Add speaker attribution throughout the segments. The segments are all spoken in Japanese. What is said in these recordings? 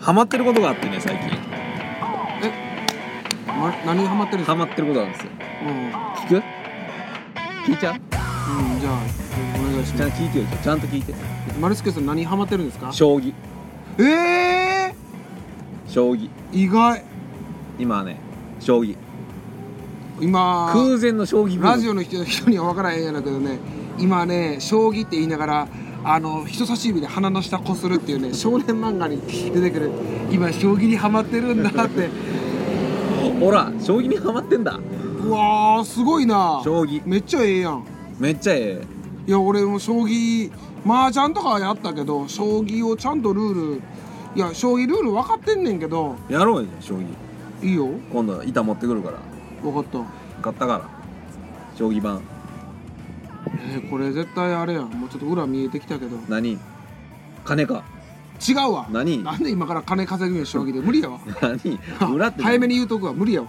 Speaker 1: ハマってることがあってね最近
Speaker 2: ま、何がハマってるんです
Speaker 1: ハ
Speaker 2: か
Speaker 1: マってることなんですよ
Speaker 2: うん、うん、じ
Speaker 1: 聞く聞いちゃう
Speaker 2: ゃあお願いし
Speaker 1: じゃ
Speaker 2: ま
Speaker 1: あ聞いてよちゃんと聞いて
Speaker 2: す丸助さん何ハマってるんですか
Speaker 1: 将棋
Speaker 2: ええ
Speaker 1: 将棋
Speaker 2: ー、意外
Speaker 1: 今はね将棋
Speaker 2: 今
Speaker 1: 空前の将棋ブーム
Speaker 2: ラジオの人人には分からへんやろうけどね今ね将棋って言いながらあの人差し指で鼻の下こするっ ていうね少年漫画に出てくる今将棋にハマってるんだって
Speaker 1: ほら将棋にハマってんだ
Speaker 2: うわーすごいな
Speaker 1: 将棋
Speaker 2: めっちゃええやん
Speaker 1: めっちゃえ
Speaker 2: いや俺も将棋麻雀とかはやったけど将棋をちゃんとルールいや将棋ルール分かってんねんけど
Speaker 1: えやろうよじゃあ将棋
Speaker 2: いいよ
Speaker 1: 今度板持ってくるから
Speaker 2: 分かった
Speaker 1: 買ったから将棋盤
Speaker 2: えーこれ絶対あれやんもうちょっと裏見えてきたけど
Speaker 1: 何金か
Speaker 2: 違うわ
Speaker 1: 何
Speaker 2: なんで今から金稼ぐんや将棋で無理やわ
Speaker 1: 何 裏って
Speaker 2: 早めに言うとくわ無理やわ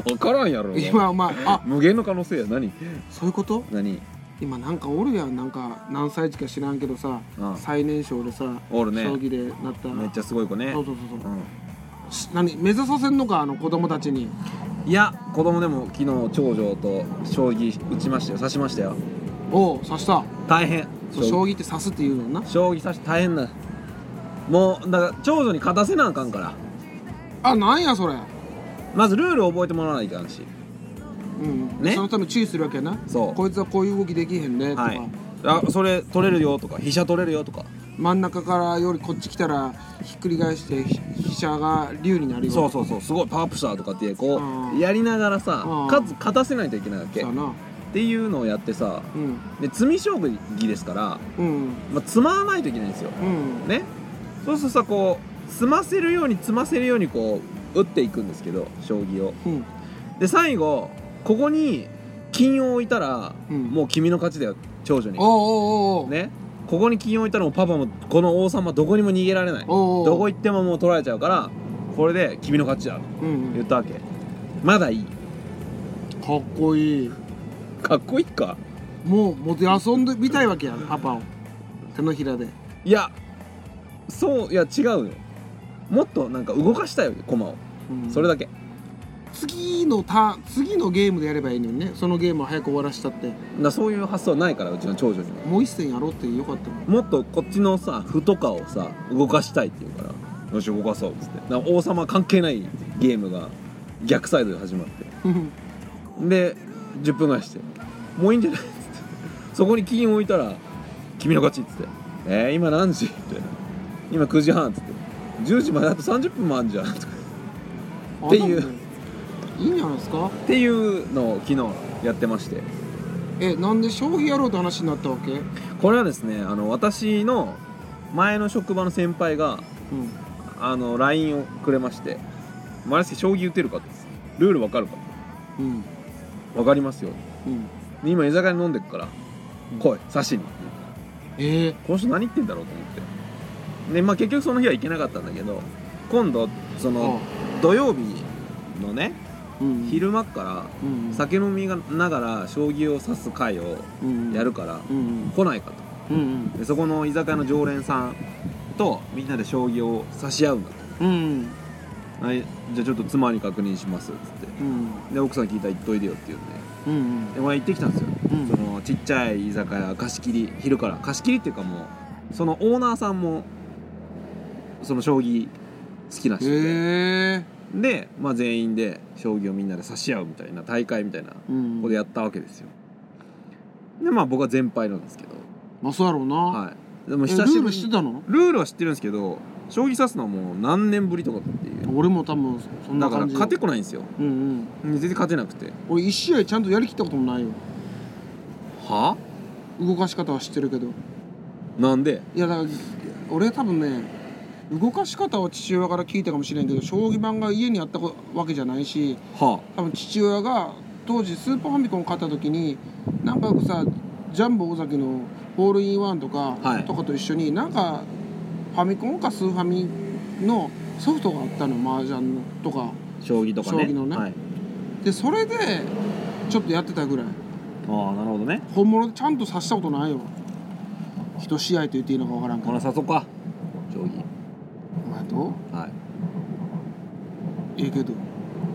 Speaker 1: 分からんやろ
Speaker 2: 今お前あ
Speaker 1: 無限の可能性や何
Speaker 2: そういうこと
Speaker 1: 何
Speaker 2: 今なんかおるやんなんか何歳児か知らんけどさ、
Speaker 1: うん
Speaker 2: 最年少でさ
Speaker 1: おるね
Speaker 2: 将棋でなった
Speaker 1: めっちゃすごい子ね
Speaker 2: そうそうそうそう
Speaker 1: う
Speaker 2: し何目指させんのかあの子供たち
Speaker 1: ん
Speaker 2: に
Speaker 1: いや子供でも昨日長女と将棋打ちましたよ指しましたよ
Speaker 2: おう刺した
Speaker 1: 大変
Speaker 2: そう将棋って刺すって言うねんな
Speaker 1: 将棋指して大変なもうだから長女に勝たせなあかんから
Speaker 2: あなんやそれ
Speaker 1: まずルール覚えてもらわないといかんし
Speaker 2: うん、
Speaker 1: ね
Speaker 2: そのために注意するわけやな
Speaker 1: そう
Speaker 2: こいつはこういう動きできへんねとか、
Speaker 1: はいあそれ取れるよとか飛車取れるよとか
Speaker 2: 真ん中からよりこっち来たらひっくり返してひ飛車が竜になるよ
Speaker 1: そうそうそうすごいパープシャーとかってこ
Speaker 2: うん
Speaker 1: うやりながらさ
Speaker 2: うん
Speaker 1: かつ勝たせないといけないわけっ
Speaker 2: そうやな
Speaker 1: ていうのをやってさ
Speaker 2: うん
Speaker 1: で詰み将棋ですから、
Speaker 2: うん
Speaker 1: まあ、積まないといけないんですよ
Speaker 2: うん
Speaker 1: ねそうするとさこう済ませるように積ませるようにこう打っていくんですけど将棋を
Speaker 2: うん
Speaker 1: で最後ここに金を置いたら、
Speaker 2: うん
Speaker 1: もう君の勝ちだよ長女に
Speaker 2: おうおうおうおう
Speaker 1: ねここに金を置いたらもうパパもこの王様どこにも逃げられない
Speaker 2: おうおう
Speaker 1: どこ行ってももう取られちゃうからこれで君の勝ちだと
Speaker 2: うん
Speaker 1: 言ったわけまだいい
Speaker 2: かっこいい
Speaker 1: かっこいいか
Speaker 2: もうもう遊んでみたいわけやパパを手のひらで
Speaker 1: いやそういや違うよもっとなんか動かしたいよ駒を
Speaker 2: うん
Speaker 1: それだけ
Speaker 2: 次のターン次のゲームでやればいいのにねそのゲームを早く終わらしたって
Speaker 1: なそういう発想はないからうちの長女には
Speaker 2: もう一戦やろうってよかったもん
Speaker 1: もっとこっちのさ歩とかをさ動かしたいっていうからよし動かそうっつってなんか王様関係ないゲームが逆サイドで始まってで10分ぐらいして「もういいんじゃない?」っつってそこに金を置いたら「君の勝ち」っつって「えー、今何時?」みたいな「今9時半」っつって「10時まであと30分もあんじゃん」とか っていう
Speaker 2: あでもいいんじゃないですか
Speaker 1: っていうのを昨日やってまして
Speaker 2: えなんで将棋やろうって話になったわけうん
Speaker 1: これはですねあの私の前の職場の先輩があの LINE をくれまして「マレスケ将棋打てるか?」と「ルールわかるか?」
Speaker 2: うん
Speaker 1: 「わかりますよ」
Speaker 2: うん
Speaker 1: で今居酒屋に飲んでっから「来い刺しに」
Speaker 2: ええ
Speaker 1: この人何言ってんだろうと思ってでまあ結局その日は行けなかったんだけど今度その土曜日のね
Speaker 2: うん
Speaker 1: 昼間っから
Speaker 2: うん
Speaker 1: 酒飲みながら将棋を指す会を
Speaker 2: うん
Speaker 1: やるから
Speaker 2: うん
Speaker 1: 来ないかと
Speaker 2: うんうん
Speaker 1: でそこの居酒屋の常連さんとみんなで将棋を指し合うんだ
Speaker 2: うんうん
Speaker 1: とはいじゃあちょっと妻に確認しますっつって
Speaker 2: うん
Speaker 1: で奥さん聞いたら行っといでよって言うんで
Speaker 2: うん
Speaker 1: で俺行ってきたんですよ、
Speaker 2: うん
Speaker 1: そのちっちゃい居酒屋貸し切り昼から貸し切りっていうかもうそのオーナーさんもその将棋好きな人で、
Speaker 2: ええ
Speaker 1: で、まあ、全員で将棋をみんなで指し合うみたいな大会みたいなこ
Speaker 2: うん
Speaker 1: こでやったわけですよでまあ僕は全敗なんですけど
Speaker 2: まあそうやろうな
Speaker 1: はいでも
Speaker 2: え
Speaker 1: 久
Speaker 2: ル
Speaker 1: し
Speaker 2: ー
Speaker 1: ぶ
Speaker 2: ル
Speaker 1: り
Speaker 2: 知っ
Speaker 1: に
Speaker 2: てたの
Speaker 1: ルールは知ってるんですけど将棋指すのはもう何年ぶりとかっていう
Speaker 2: 俺も多分そん
Speaker 1: だ
Speaker 2: な
Speaker 1: から
Speaker 2: 感じ
Speaker 1: 勝てこないんですよ
Speaker 2: うんうん
Speaker 1: 全然勝てなくて
Speaker 2: 俺一試合ちゃんとやりきったこともないよ
Speaker 1: は
Speaker 2: 動かし方は知ってるけど
Speaker 1: なんで
Speaker 2: いやだから俺多分ね動かし方は父親から聞いたかもしれんけど将棋盤が家にあったわけじゃないし
Speaker 1: は
Speaker 2: 多分父親が当時スーパーファミコン買った時になんかよくさジャンボ尾崎のホールインワンとか、
Speaker 1: はい
Speaker 2: とかと一緒になんかファミコンかスーファミのソフトがあったの麻雀のとか
Speaker 1: 将棋とかね
Speaker 2: 将棋のね
Speaker 1: はい、
Speaker 2: でそれでちょっとやってたぐらい
Speaker 1: ああなるほどね
Speaker 2: 本物でちゃんと指したことないよ一試合と言っていいのか分からんけ
Speaker 1: ほ
Speaker 2: ど
Speaker 1: ら誘そうか将棋
Speaker 2: お前こと
Speaker 1: は
Speaker 2: ええけど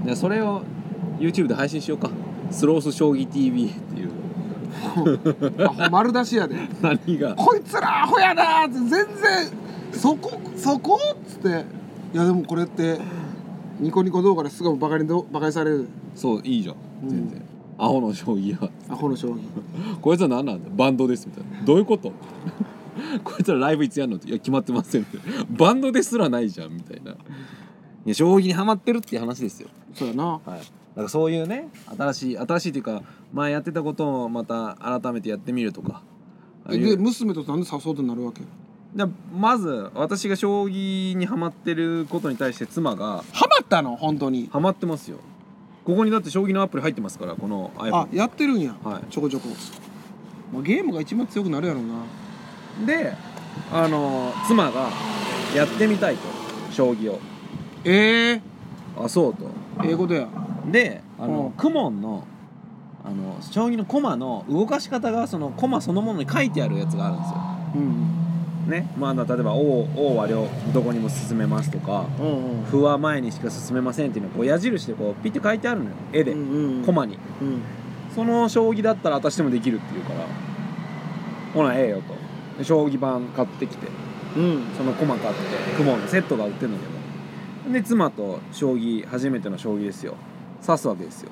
Speaker 1: いでそれを YouTube で配信しようかスロース将棋 TV っていう
Speaker 2: アホ丸出しやで
Speaker 1: 何が
Speaker 2: こいつらアホやなーって全然そこそこっつっていやでもこれってニコニコ動画ですごいバカにどバカにされる
Speaker 1: そういいじゃん
Speaker 2: うん
Speaker 1: 全然、アホの将棋は
Speaker 2: アホの将棋
Speaker 1: こいつは何なんだバンドですみたいなどういうこと こいつらライブいつやんのっていや決まってませんみたいなバンドですらないじゃんみたいないや将棋にハマってるっていう話ですよ
Speaker 2: そうやな
Speaker 1: はいだからそういうね新しい新しいというか前やってたことをまた改めてやってみるとかああ
Speaker 2: え
Speaker 1: い
Speaker 2: で
Speaker 1: う
Speaker 2: 娘となんで誘うとなるわけ
Speaker 1: だまず私が将棋にハマってることに対して妻が
Speaker 2: ハマったの本当に
Speaker 1: ハマってますよここにだって将棋のアプリ入ってますからこの iPhone
Speaker 2: あやってるんや、
Speaker 1: はい
Speaker 2: ちょこちょこ、まあ、ゲームが一番強くなるやろうな
Speaker 1: であの妻がやってみたいと将棋を
Speaker 2: ええ
Speaker 1: あそうと
Speaker 2: ええことや
Speaker 1: であ
Speaker 2: うん
Speaker 1: の公文のあの将棋の駒の動かし方がその駒そのものに書いてあるやつがあるんですよ
Speaker 2: うん
Speaker 1: ねまあ、例えば「王王は両どこにも進めます」とか
Speaker 2: うんうん
Speaker 1: 「歩は前にしか進めません」っていうのをこう矢印でこうピッて書いてあるのよ絵で、
Speaker 2: うんうんうん
Speaker 1: コマに
Speaker 2: うん
Speaker 1: その将棋だったら私でもできるっていうから「ほなええよ」とで将棋盤買ってきて
Speaker 2: うん
Speaker 1: その駒買って雲のセットが売ってるんだけどで妻と将棋初めての将棋ですよ指すわけですよ、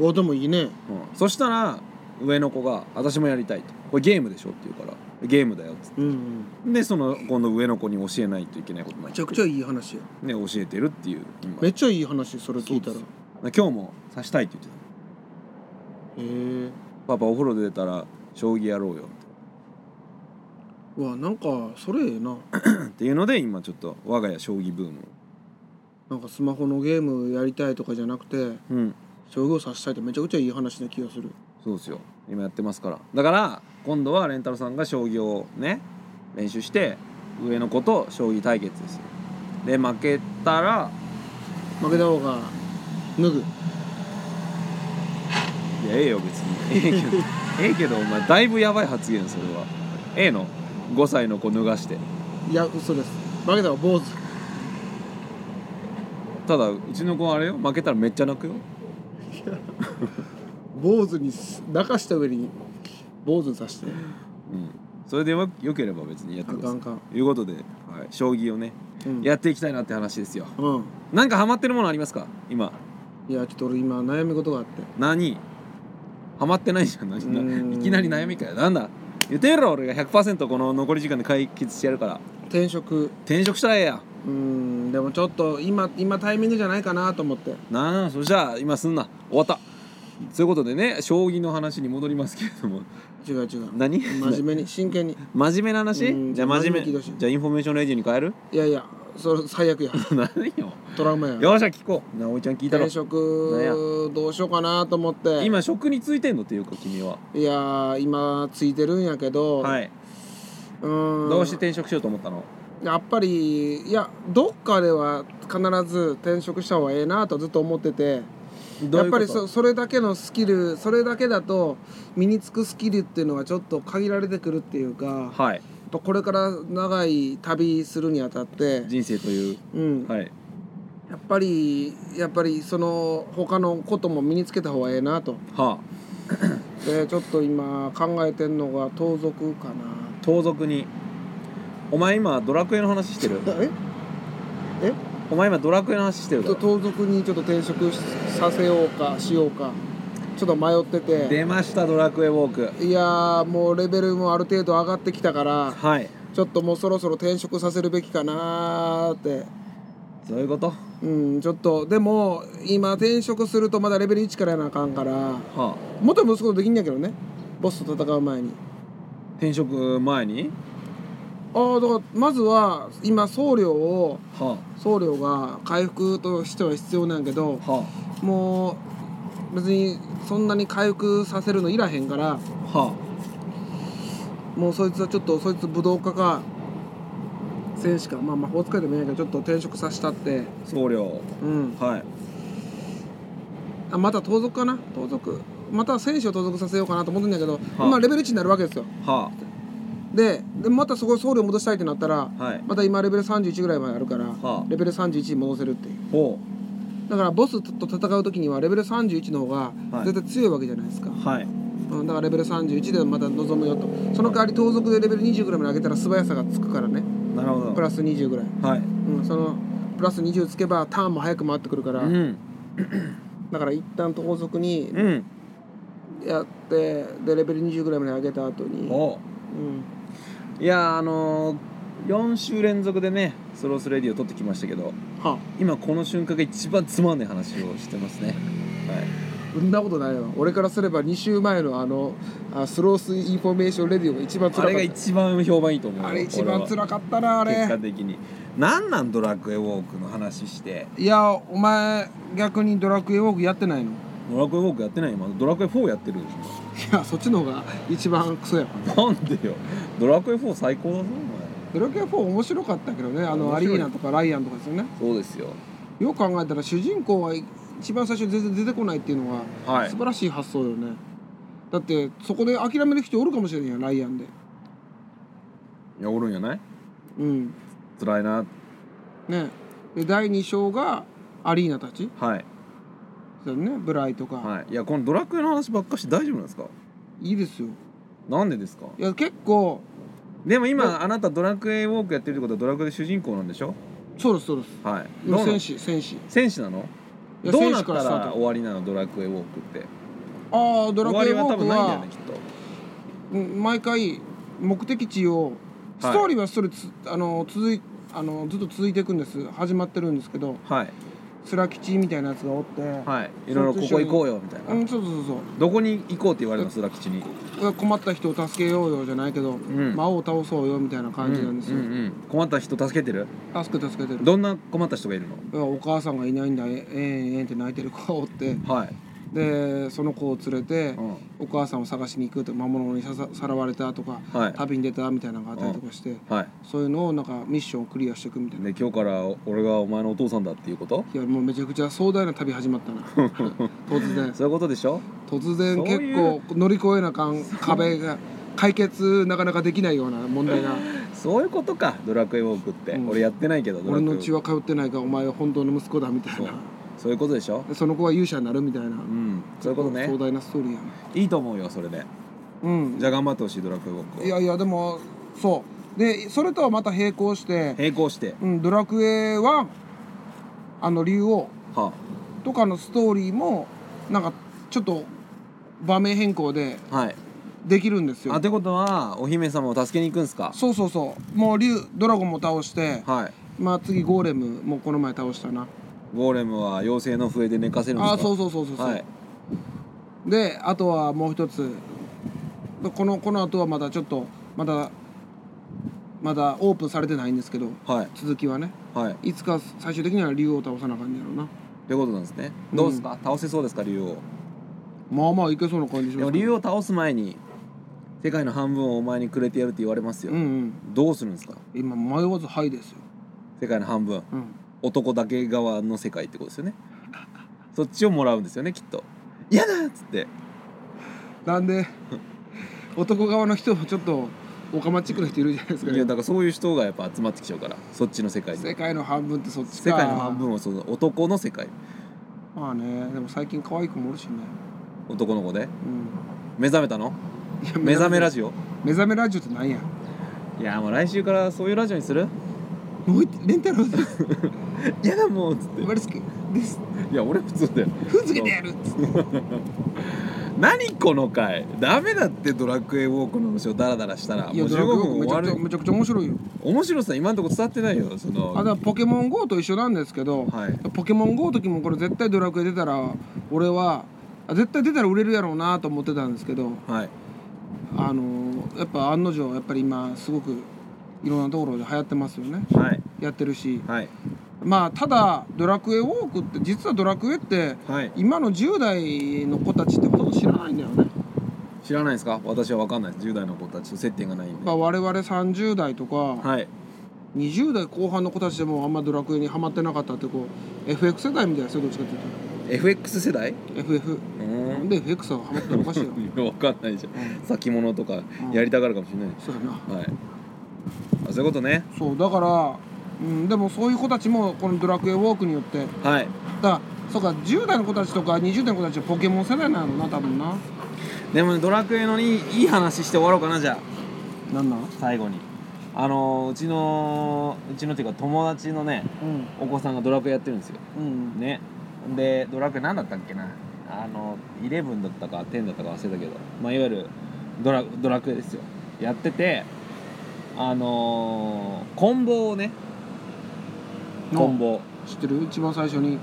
Speaker 2: おでもいいね
Speaker 1: うん、そしたら上の子が「私もやりたい」と「これゲームでしょ」って言うから「ゲームだよ」っつっ
Speaker 2: うん、うん、
Speaker 1: てでその今度上の子に教えないといけないことになっ
Speaker 2: め
Speaker 1: て
Speaker 2: ちゃくちゃいい話や
Speaker 1: ね、教えてるっていう今
Speaker 2: めっちゃいい話それ聞いたらへ
Speaker 1: そうで今日も指したいって言って
Speaker 2: えー、
Speaker 1: たパパお風呂出たら将棋やろうよ
Speaker 2: うわなんかそれええな
Speaker 1: っていうので今ちょっと我が家将棋ブーム
Speaker 2: なんかスマホのゲームやりたいとかじゃなくて
Speaker 1: うん
Speaker 2: 将棋を指したいってめちゃくちゃいい話な気がする
Speaker 1: そうですよ今やってますからだから今度はレンタルさんが将棋をね練習して上の子と将棋対決ですよで負けたら
Speaker 2: 負けた方が脱ぐ
Speaker 1: いやええよ別にええけどえ えけどお前だいぶやばい発言それはええの5歳の子脱がして
Speaker 2: いや嘘です負けた方が坊主
Speaker 1: ただうちの子はあれよ負けたらめっちゃ泣くよ
Speaker 2: 坊主にす泣かした上に坊主にさして
Speaker 1: うんそれでよよければ別にやって
Speaker 2: あ
Speaker 1: く
Speaker 2: か
Speaker 1: だ
Speaker 2: んあ
Speaker 1: さい
Speaker 2: かん、
Speaker 1: ということで、はい、将棋をね
Speaker 2: うん、
Speaker 1: やっていきたいなって話ですよ
Speaker 2: うん
Speaker 1: なんかハマってるものありますか今
Speaker 2: いやちょっと俺今悩み事があって
Speaker 1: 何ハマってないじゃん何
Speaker 2: うーん
Speaker 1: いきなり悩みかよなんだ言ってみろ俺が100%この残り時間で解決してやるから
Speaker 2: 転職
Speaker 1: 転職したらええや
Speaker 2: うんでもちょっと今今タイミングじゃないかなと思って
Speaker 1: なあそれじゃあ今すんな終わったそういうことでね将棋の話に戻りますけれ ども
Speaker 2: 違う違う
Speaker 1: 何
Speaker 2: 真面目に真剣に
Speaker 1: 真面目な
Speaker 2: う
Speaker 1: 話
Speaker 2: ん
Speaker 1: じゃあ真面
Speaker 2: 真面目
Speaker 1: 目
Speaker 2: に聞いてほしい
Speaker 1: じゃあインフォメーションレディに変える
Speaker 2: いやいやそれ最悪や
Speaker 1: 何よ
Speaker 2: トラウマや
Speaker 1: よっしゃ聞こうなあおいちゃん聞いたろ
Speaker 2: 転職どうしようかなと思って
Speaker 1: 今職についてんのっていうか君はい
Speaker 2: やー今ついてるんやけど、
Speaker 1: は
Speaker 2: う
Speaker 1: い
Speaker 2: ーん
Speaker 1: どうして転職しようと思ったの
Speaker 2: やっぱりいやどっかでは必ず転職した方がええなとずっと思ってて
Speaker 1: どう
Speaker 2: や
Speaker 1: い
Speaker 2: っ
Speaker 1: うこと
Speaker 2: ぱりそそれだけのスキルそれだけだと身につくスキルっていうのがちょっと限られてくるっていうか
Speaker 1: はい
Speaker 2: とこれから長い旅するにあたって、
Speaker 1: 人生という
Speaker 2: うん
Speaker 1: はい
Speaker 2: やっぱりやっぱりその他のことも身につけた方がええなと
Speaker 1: はあ
Speaker 2: でちょっと今考えてんのが盗賊かな
Speaker 1: 盗賊にお前今ドラクエの話してる
Speaker 2: え
Speaker 1: お前今ドラクエの話してる
Speaker 2: ちょっと
Speaker 1: だろ
Speaker 2: 盗賊にちょっと転職しさせようかしようかちょっと迷ってて
Speaker 1: 出ましたドラクエウォーク
Speaker 2: いやーもうレベルもある程度上がってきたから
Speaker 1: はい
Speaker 2: ちょっともうそろそろ転職させるべきかなーって
Speaker 1: そういうことは
Speaker 2: うんちょっとでも今転職するとまだレベル1からやなあかんから
Speaker 1: あ
Speaker 2: 元息子とできんやけどねボスと戦う前に
Speaker 1: 転職前に
Speaker 2: ああだからまずは今送料を
Speaker 1: は
Speaker 2: 送料が回復としては必要なんやけど
Speaker 1: あは
Speaker 2: もう別にそんなに回復させるのいらへんから
Speaker 1: あは
Speaker 2: もうそいつはちょっとそいつ武道家か戦士かまあ魔法使いでもいいんやけどちょっと転職させたって
Speaker 1: あ僧侶
Speaker 2: うん
Speaker 1: はい
Speaker 2: あまた盗賊かな盗賊また戦士を盗賊させようかなと思ってんだけど、
Speaker 1: はい
Speaker 2: 今レベル1になるわけですよ
Speaker 1: は
Speaker 2: ででまたそこソウル戻したいってなったら、
Speaker 1: はい
Speaker 2: また今レベル31ぐらいまであるから、
Speaker 1: はあ
Speaker 2: レベル31に戻せるっていう
Speaker 1: ほ
Speaker 2: だからボスと戦う時にはレベル31の方が
Speaker 1: はい
Speaker 2: 絶対強いわけじゃないですか、
Speaker 1: うはい
Speaker 2: うん、だからレベル31でまた望むよとその代わり盗賊でレベル20ぐらいまで上げたら素早さがつくからね
Speaker 1: なるほど
Speaker 2: プラス20ぐらい、
Speaker 1: はい
Speaker 2: うん、そのプラス20つけばターンも早く回ってくるから、
Speaker 1: うん
Speaker 2: だから一旦盗賊に
Speaker 1: うん
Speaker 2: やってでレベル20ぐらいまで上げた後に、うん、
Speaker 1: ほういやーあのー、4週連続でねスロースレディを撮ってきましたけど
Speaker 2: は
Speaker 1: 今この瞬間が一番つまんない話をしてますねはい
Speaker 2: そんなことないわ俺からすれば2週前のあのあスロースインフォメーションレディオが一番辛
Speaker 1: あ
Speaker 2: かっ
Speaker 1: れ
Speaker 2: た
Speaker 1: が一番評判いいと思うよ
Speaker 2: あれ一番
Speaker 1: 俺は
Speaker 2: 辛かったなあ
Speaker 1: 結果
Speaker 2: れ
Speaker 1: 的になんなんドラクエウォークの話して
Speaker 2: いやお前逆にドラクエウォークやってないのい
Speaker 1: ドラクエウォークやってない今ドラクエ4やってるでし
Speaker 2: やそっちの方が一番クソや
Speaker 1: ょなんでよドラクエ4最高だぞ
Speaker 2: ドラクエ4面白かったけどねあの
Speaker 1: 面
Speaker 2: アリ
Speaker 1: 白い
Speaker 2: ーナとかライアンとかですよね
Speaker 1: お前そうですよ
Speaker 2: よく考えたら主人公が一番最初に全然出てこないっていうのは
Speaker 1: はい
Speaker 2: 素晴らしい発想よね、だってそこで諦める人おるかもしれんやんライアンで
Speaker 1: いやおるんやない
Speaker 2: うん
Speaker 1: 辛いな
Speaker 2: ねで第2章がアリーナたち
Speaker 1: はい
Speaker 2: だよねブライとか、
Speaker 1: はいいやこのドラクエの話ばっかして大丈夫なんですか
Speaker 2: い、いですよ
Speaker 1: なんでですか
Speaker 2: いや結構
Speaker 1: でも今あなたドラクエウォークやってるってことはドラクエで主人公なんでしょ
Speaker 2: そうですそうです
Speaker 1: はい
Speaker 2: 今
Speaker 1: うな
Speaker 2: 戦
Speaker 1: の
Speaker 2: 士戦士
Speaker 1: 戦士なの
Speaker 2: いや
Speaker 1: どうな
Speaker 2: 選
Speaker 1: っ
Speaker 2: 手か
Speaker 1: た
Speaker 2: らスター
Speaker 1: ら
Speaker 2: ト
Speaker 1: 終わりなのドラクエウォークって
Speaker 2: ああドラクエ
Speaker 1: 終わり
Speaker 2: ウォ
Speaker 1: は
Speaker 2: ー
Speaker 1: 多
Speaker 2: ク
Speaker 1: 分ないんだよ
Speaker 2: は
Speaker 1: ねきっと
Speaker 2: うん毎回目的地をストーリーはそれつ、あの続いあのずっと続いていくんです始まってるんですけど
Speaker 1: はい
Speaker 2: スラ吉みたいなやつがおって、
Speaker 1: はいいろいろここ行こうよみたいな
Speaker 2: うんそうそうそう
Speaker 1: どこに行こうって言われるのスラ吉に
Speaker 2: そう困った人を助けようよじゃないけど、
Speaker 1: ん
Speaker 2: 魔王を倒そうよみたいな感じなんですよ、
Speaker 1: うんうんうん困った人助けてる
Speaker 2: 助けて助けてる
Speaker 1: どんな困った人がいるの
Speaker 2: いやお母さんがいないんだええええええって泣いてる子がおって
Speaker 1: はい、
Speaker 2: でその子を連れて
Speaker 1: うん、
Speaker 2: お母さんを探しに行くと魔物にさささらわれたとか
Speaker 1: はい
Speaker 2: 旅に出たみたいなのがあったりとかして
Speaker 1: はい
Speaker 2: そういうのをなんかミッションをクリアしていくみたいな
Speaker 1: で今日から俺がお前のお父さんだっていうこと
Speaker 2: いやもうめちゃくちゃ壮大な旅始まった な突然
Speaker 1: そういうことでしょ
Speaker 2: 突然
Speaker 1: そうい
Speaker 2: 結
Speaker 1: う
Speaker 2: 構乗り越えなあかん壁が解決なかなかできないような問 題が
Speaker 1: そういうことかドラクエウォークって、
Speaker 2: うん
Speaker 1: 俺やってないけどドラ
Speaker 2: 俺
Speaker 1: クエウォ
Speaker 2: の
Speaker 1: ーク
Speaker 2: 血は通ってないがお前は本当の息子だみたい
Speaker 1: そう
Speaker 2: な
Speaker 1: そういうことでしょ
Speaker 2: でその子は勇者になるみたいな
Speaker 1: うんそういうことね
Speaker 2: 壮大なストーリーやない
Speaker 1: いと思うよそれで
Speaker 2: うん
Speaker 1: じゃあ頑張ってほしいドラクエウォークを
Speaker 2: いやいやでもそうでそれとはまた並行して、
Speaker 1: 並行して
Speaker 2: うん、ドラクエ1あの竜王
Speaker 1: は
Speaker 2: とかのストーリーもなんかちょっと場面変更で
Speaker 1: あはい
Speaker 2: できるんです
Speaker 1: あっ
Speaker 2: よ
Speaker 1: てことはお姫様を助けに行くんすか
Speaker 2: そうそうそうもう竜ドラゴンも倒して
Speaker 1: はい
Speaker 2: まあ次ゴーレムもこの前倒したな
Speaker 1: ゴーレムは妖精の笛で寝かせるんですか
Speaker 2: あそうそうそうそうそう、
Speaker 1: はい
Speaker 2: であとはもう一つこのこの後はまだちょっとまだまだオープンされてないんですけど
Speaker 1: はい
Speaker 2: 続きはね
Speaker 1: はい
Speaker 2: いつか最終的には竜王を倒さなあかんねやろうな
Speaker 1: ということなんですね
Speaker 2: うん
Speaker 1: どうですか、倒せそうですか竜王
Speaker 2: まあまあいけそうな感じし
Speaker 1: で
Speaker 2: ま
Speaker 1: も
Speaker 2: すけ
Speaker 1: 竜
Speaker 2: ど
Speaker 1: 王倒す前に世界の半分をお前にくれてやるって言われますよ、
Speaker 2: うんうん
Speaker 1: どうするんですか
Speaker 2: 今迷わず「はい」ですよ、
Speaker 1: 世界の半分
Speaker 2: うん、
Speaker 1: 男だけ側の世界ってことですよねそっちをもらうんですよねきっと嫌だっつって
Speaker 2: なんで 男側の人もちょっとオカマチックな人いるじゃないですか、
Speaker 1: いやだからそういう人がやっぱ集まってきちゃうからそっちの世界に
Speaker 2: 世界の半分ってそっち
Speaker 1: 世
Speaker 2: か
Speaker 1: 界の半分をその男の世界
Speaker 2: まあねでも最近可愛い子もおるしね、
Speaker 1: 男の子で
Speaker 2: うん、
Speaker 1: 目覚め たの
Speaker 2: いや
Speaker 1: 目覚めラ
Speaker 2: ジ
Speaker 1: ジオ
Speaker 2: 目覚めラジオってなんや
Speaker 1: いやもう来週からそういうラジオにする
Speaker 2: もういレンタルです
Speaker 1: 嫌だもうっつって
Speaker 2: マリスケです
Speaker 1: いや俺普通だよ
Speaker 2: ふんづけてやるっつって
Speaker 1: 何この回ダメだってドラクエウォークの話をダラダラしたらもう
Speaker 2: いやドラ
Speaker 1: 15
Speaker 2: ゴ
Speaker 1: 分
Speaker 2: ンめ
Speaker 1: 終
Speaker 2: ち
Speaker 1: わ
Speaker 2: ゃくちゃ
Speaker 1: る
Speaker 2: めちゃくちゃ面白いよ
Speaker 1: 面白さ今のところ伝わってないよその
Speaker 2: あだからポケモン GO と一緒なんですけど、
Speaker 1: はい
Speaker 2: ポケモン GO の時もこれ絶対ドラクエ出たら俺はあ絶対出たら売れるやろうなと思ってたんですけど
Speaker 1: はい
Speaker 2: あのーやっぱ案の定やっぱり今すごくいろんなところで流行ってますよね
Speaker 1: はい
Speaker 2: やってるし
Speaker 1: はい
Speaker 2: まあただドラクエウォークって実はドラクエって
Speaker 1: はい
Speaker 2: 今の10代の子たちってほとんど知らないんだよね、
Speaker 1: 知らないですか私は分かんないです10代の子たちと接点がないんで
Speaker 2: まあ、我々30代とか
Speaker 1: はい
Speaker 2: 20代後半の子たちでもあんまドラクエにはまってなかったってこう FX 世代みたいですよどっちかっていう
Speaker 1: FX 世代
Speaker 2: と FF
Speaker 1: うーん
Speaker 2: なんで FX はハマってるのおかしいな、うん、
Speaker 1: 分かんないじゃん先物とかやりたがるかもしれない
Speaker 2: そうやな
Speaker 1: はいあそういうことね
Speaker 2: そうだから、うん、でもそういう子たちもこの「ドラクエウォーク」によって
Speaker 1: はい
Speaker 2: だからそうか10代の子たちとか20代の子たちはポケモン世代なのな多分な
Speaker 1: でもねドラクエのいいいい話して終わろうかなじゃあ
Speaker 2: なんなん
Speaker 1: 最後にあのーうちのうちのっていうか友達のね
Speaker 2: うん
Speaker 1: お子さんがドラクエやってるんですよ
Speaker 2: うん
Speaker 1: ねでドラクエ何だったっけなあの11だったか10だったか忘れたけど、まあ、いわゆるドラドラクエですよやっててあのー、コンボをねコンボ
Speaker 2: 知ってる一番最初に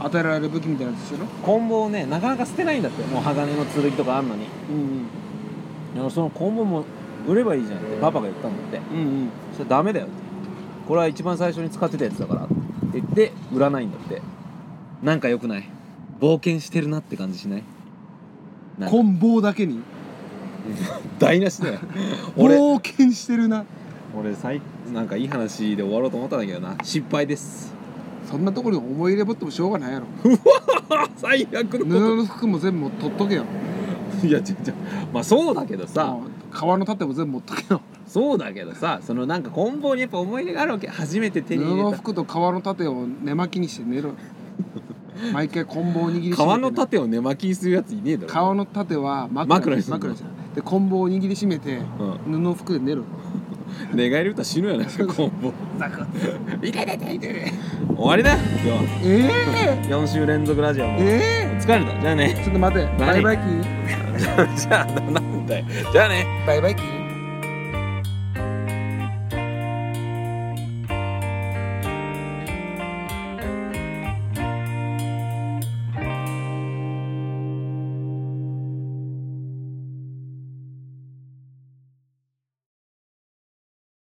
Speaker 2: 与えられる武器みたいなやつ知ってる
Speaker 1: コンボをねなかなか捨てないんだってもう鋼の剣とかあんのに
Speaker 2: うん
Speaker 1: でもそのコンボも売ればいいじゃんってパパが言ったんだって
Speaker 2: うんうん
Speaker 1: それダメだよってこれは一番最初に使ってたやつだからって言って売らないんだってなんか良くない冒険してるなって感じしないなんか
Speaker 2: 棍棒だけに
Speaker 1: 台無しだよ 俺
Speaker 2: 冒険してるな
Speaker 1: 俺最なんかいい話で終わろうと思ったんだけどな失敗です
Speaker 2: そんなところに思い入れぼってもしょうがないやろ
Speaker 1: 最悪
Speaker 2: 布
Speaker 1: のこ
Speaker 2: の服も全部取っとけよ
Speaker 1: といや違う違うまあそうだけどさ
Speaker 2: うん革の盾も全部持っとけよ
Speaker 1: そうだけどさそのなんか棍棒にやっぱ思い出があるわけ初めて手
Speaker 2: 布
Speaker 1: に入れ
Speaker 2: の
Speaker 1: た
Speaker 2: 服と革の盾を寝巻きにして寝ろ毎回棍棒を握りしめて、ね、
Speaker 1: 革の盾を寝巻きにするやついねえだろ
Speaker 2: 革の盾は枕
Speaker 1: 枕にするの
Speaker 2: 枕じゃんで棍棒を握りしめて
Speaker 1: うん
Speaker 2: 布の服で寝ろ
Speaker 1: 寝返り打ったら死ぬや ないですか棍棒
Speaker 2: ザクッ痛い痛い痛い痛い
Speaker 1: 終わりだよ今日は
Speaker 2: ええ
Speaker 1: 4週連続ラジオも疲
Speaker 2: え
Speaker 1: れたじゃあね
Speaker 2: えちょっと待ってバイバイキー
Speaker 1: じゃあなんだよじゃあね
Speaker 2: バイバイキー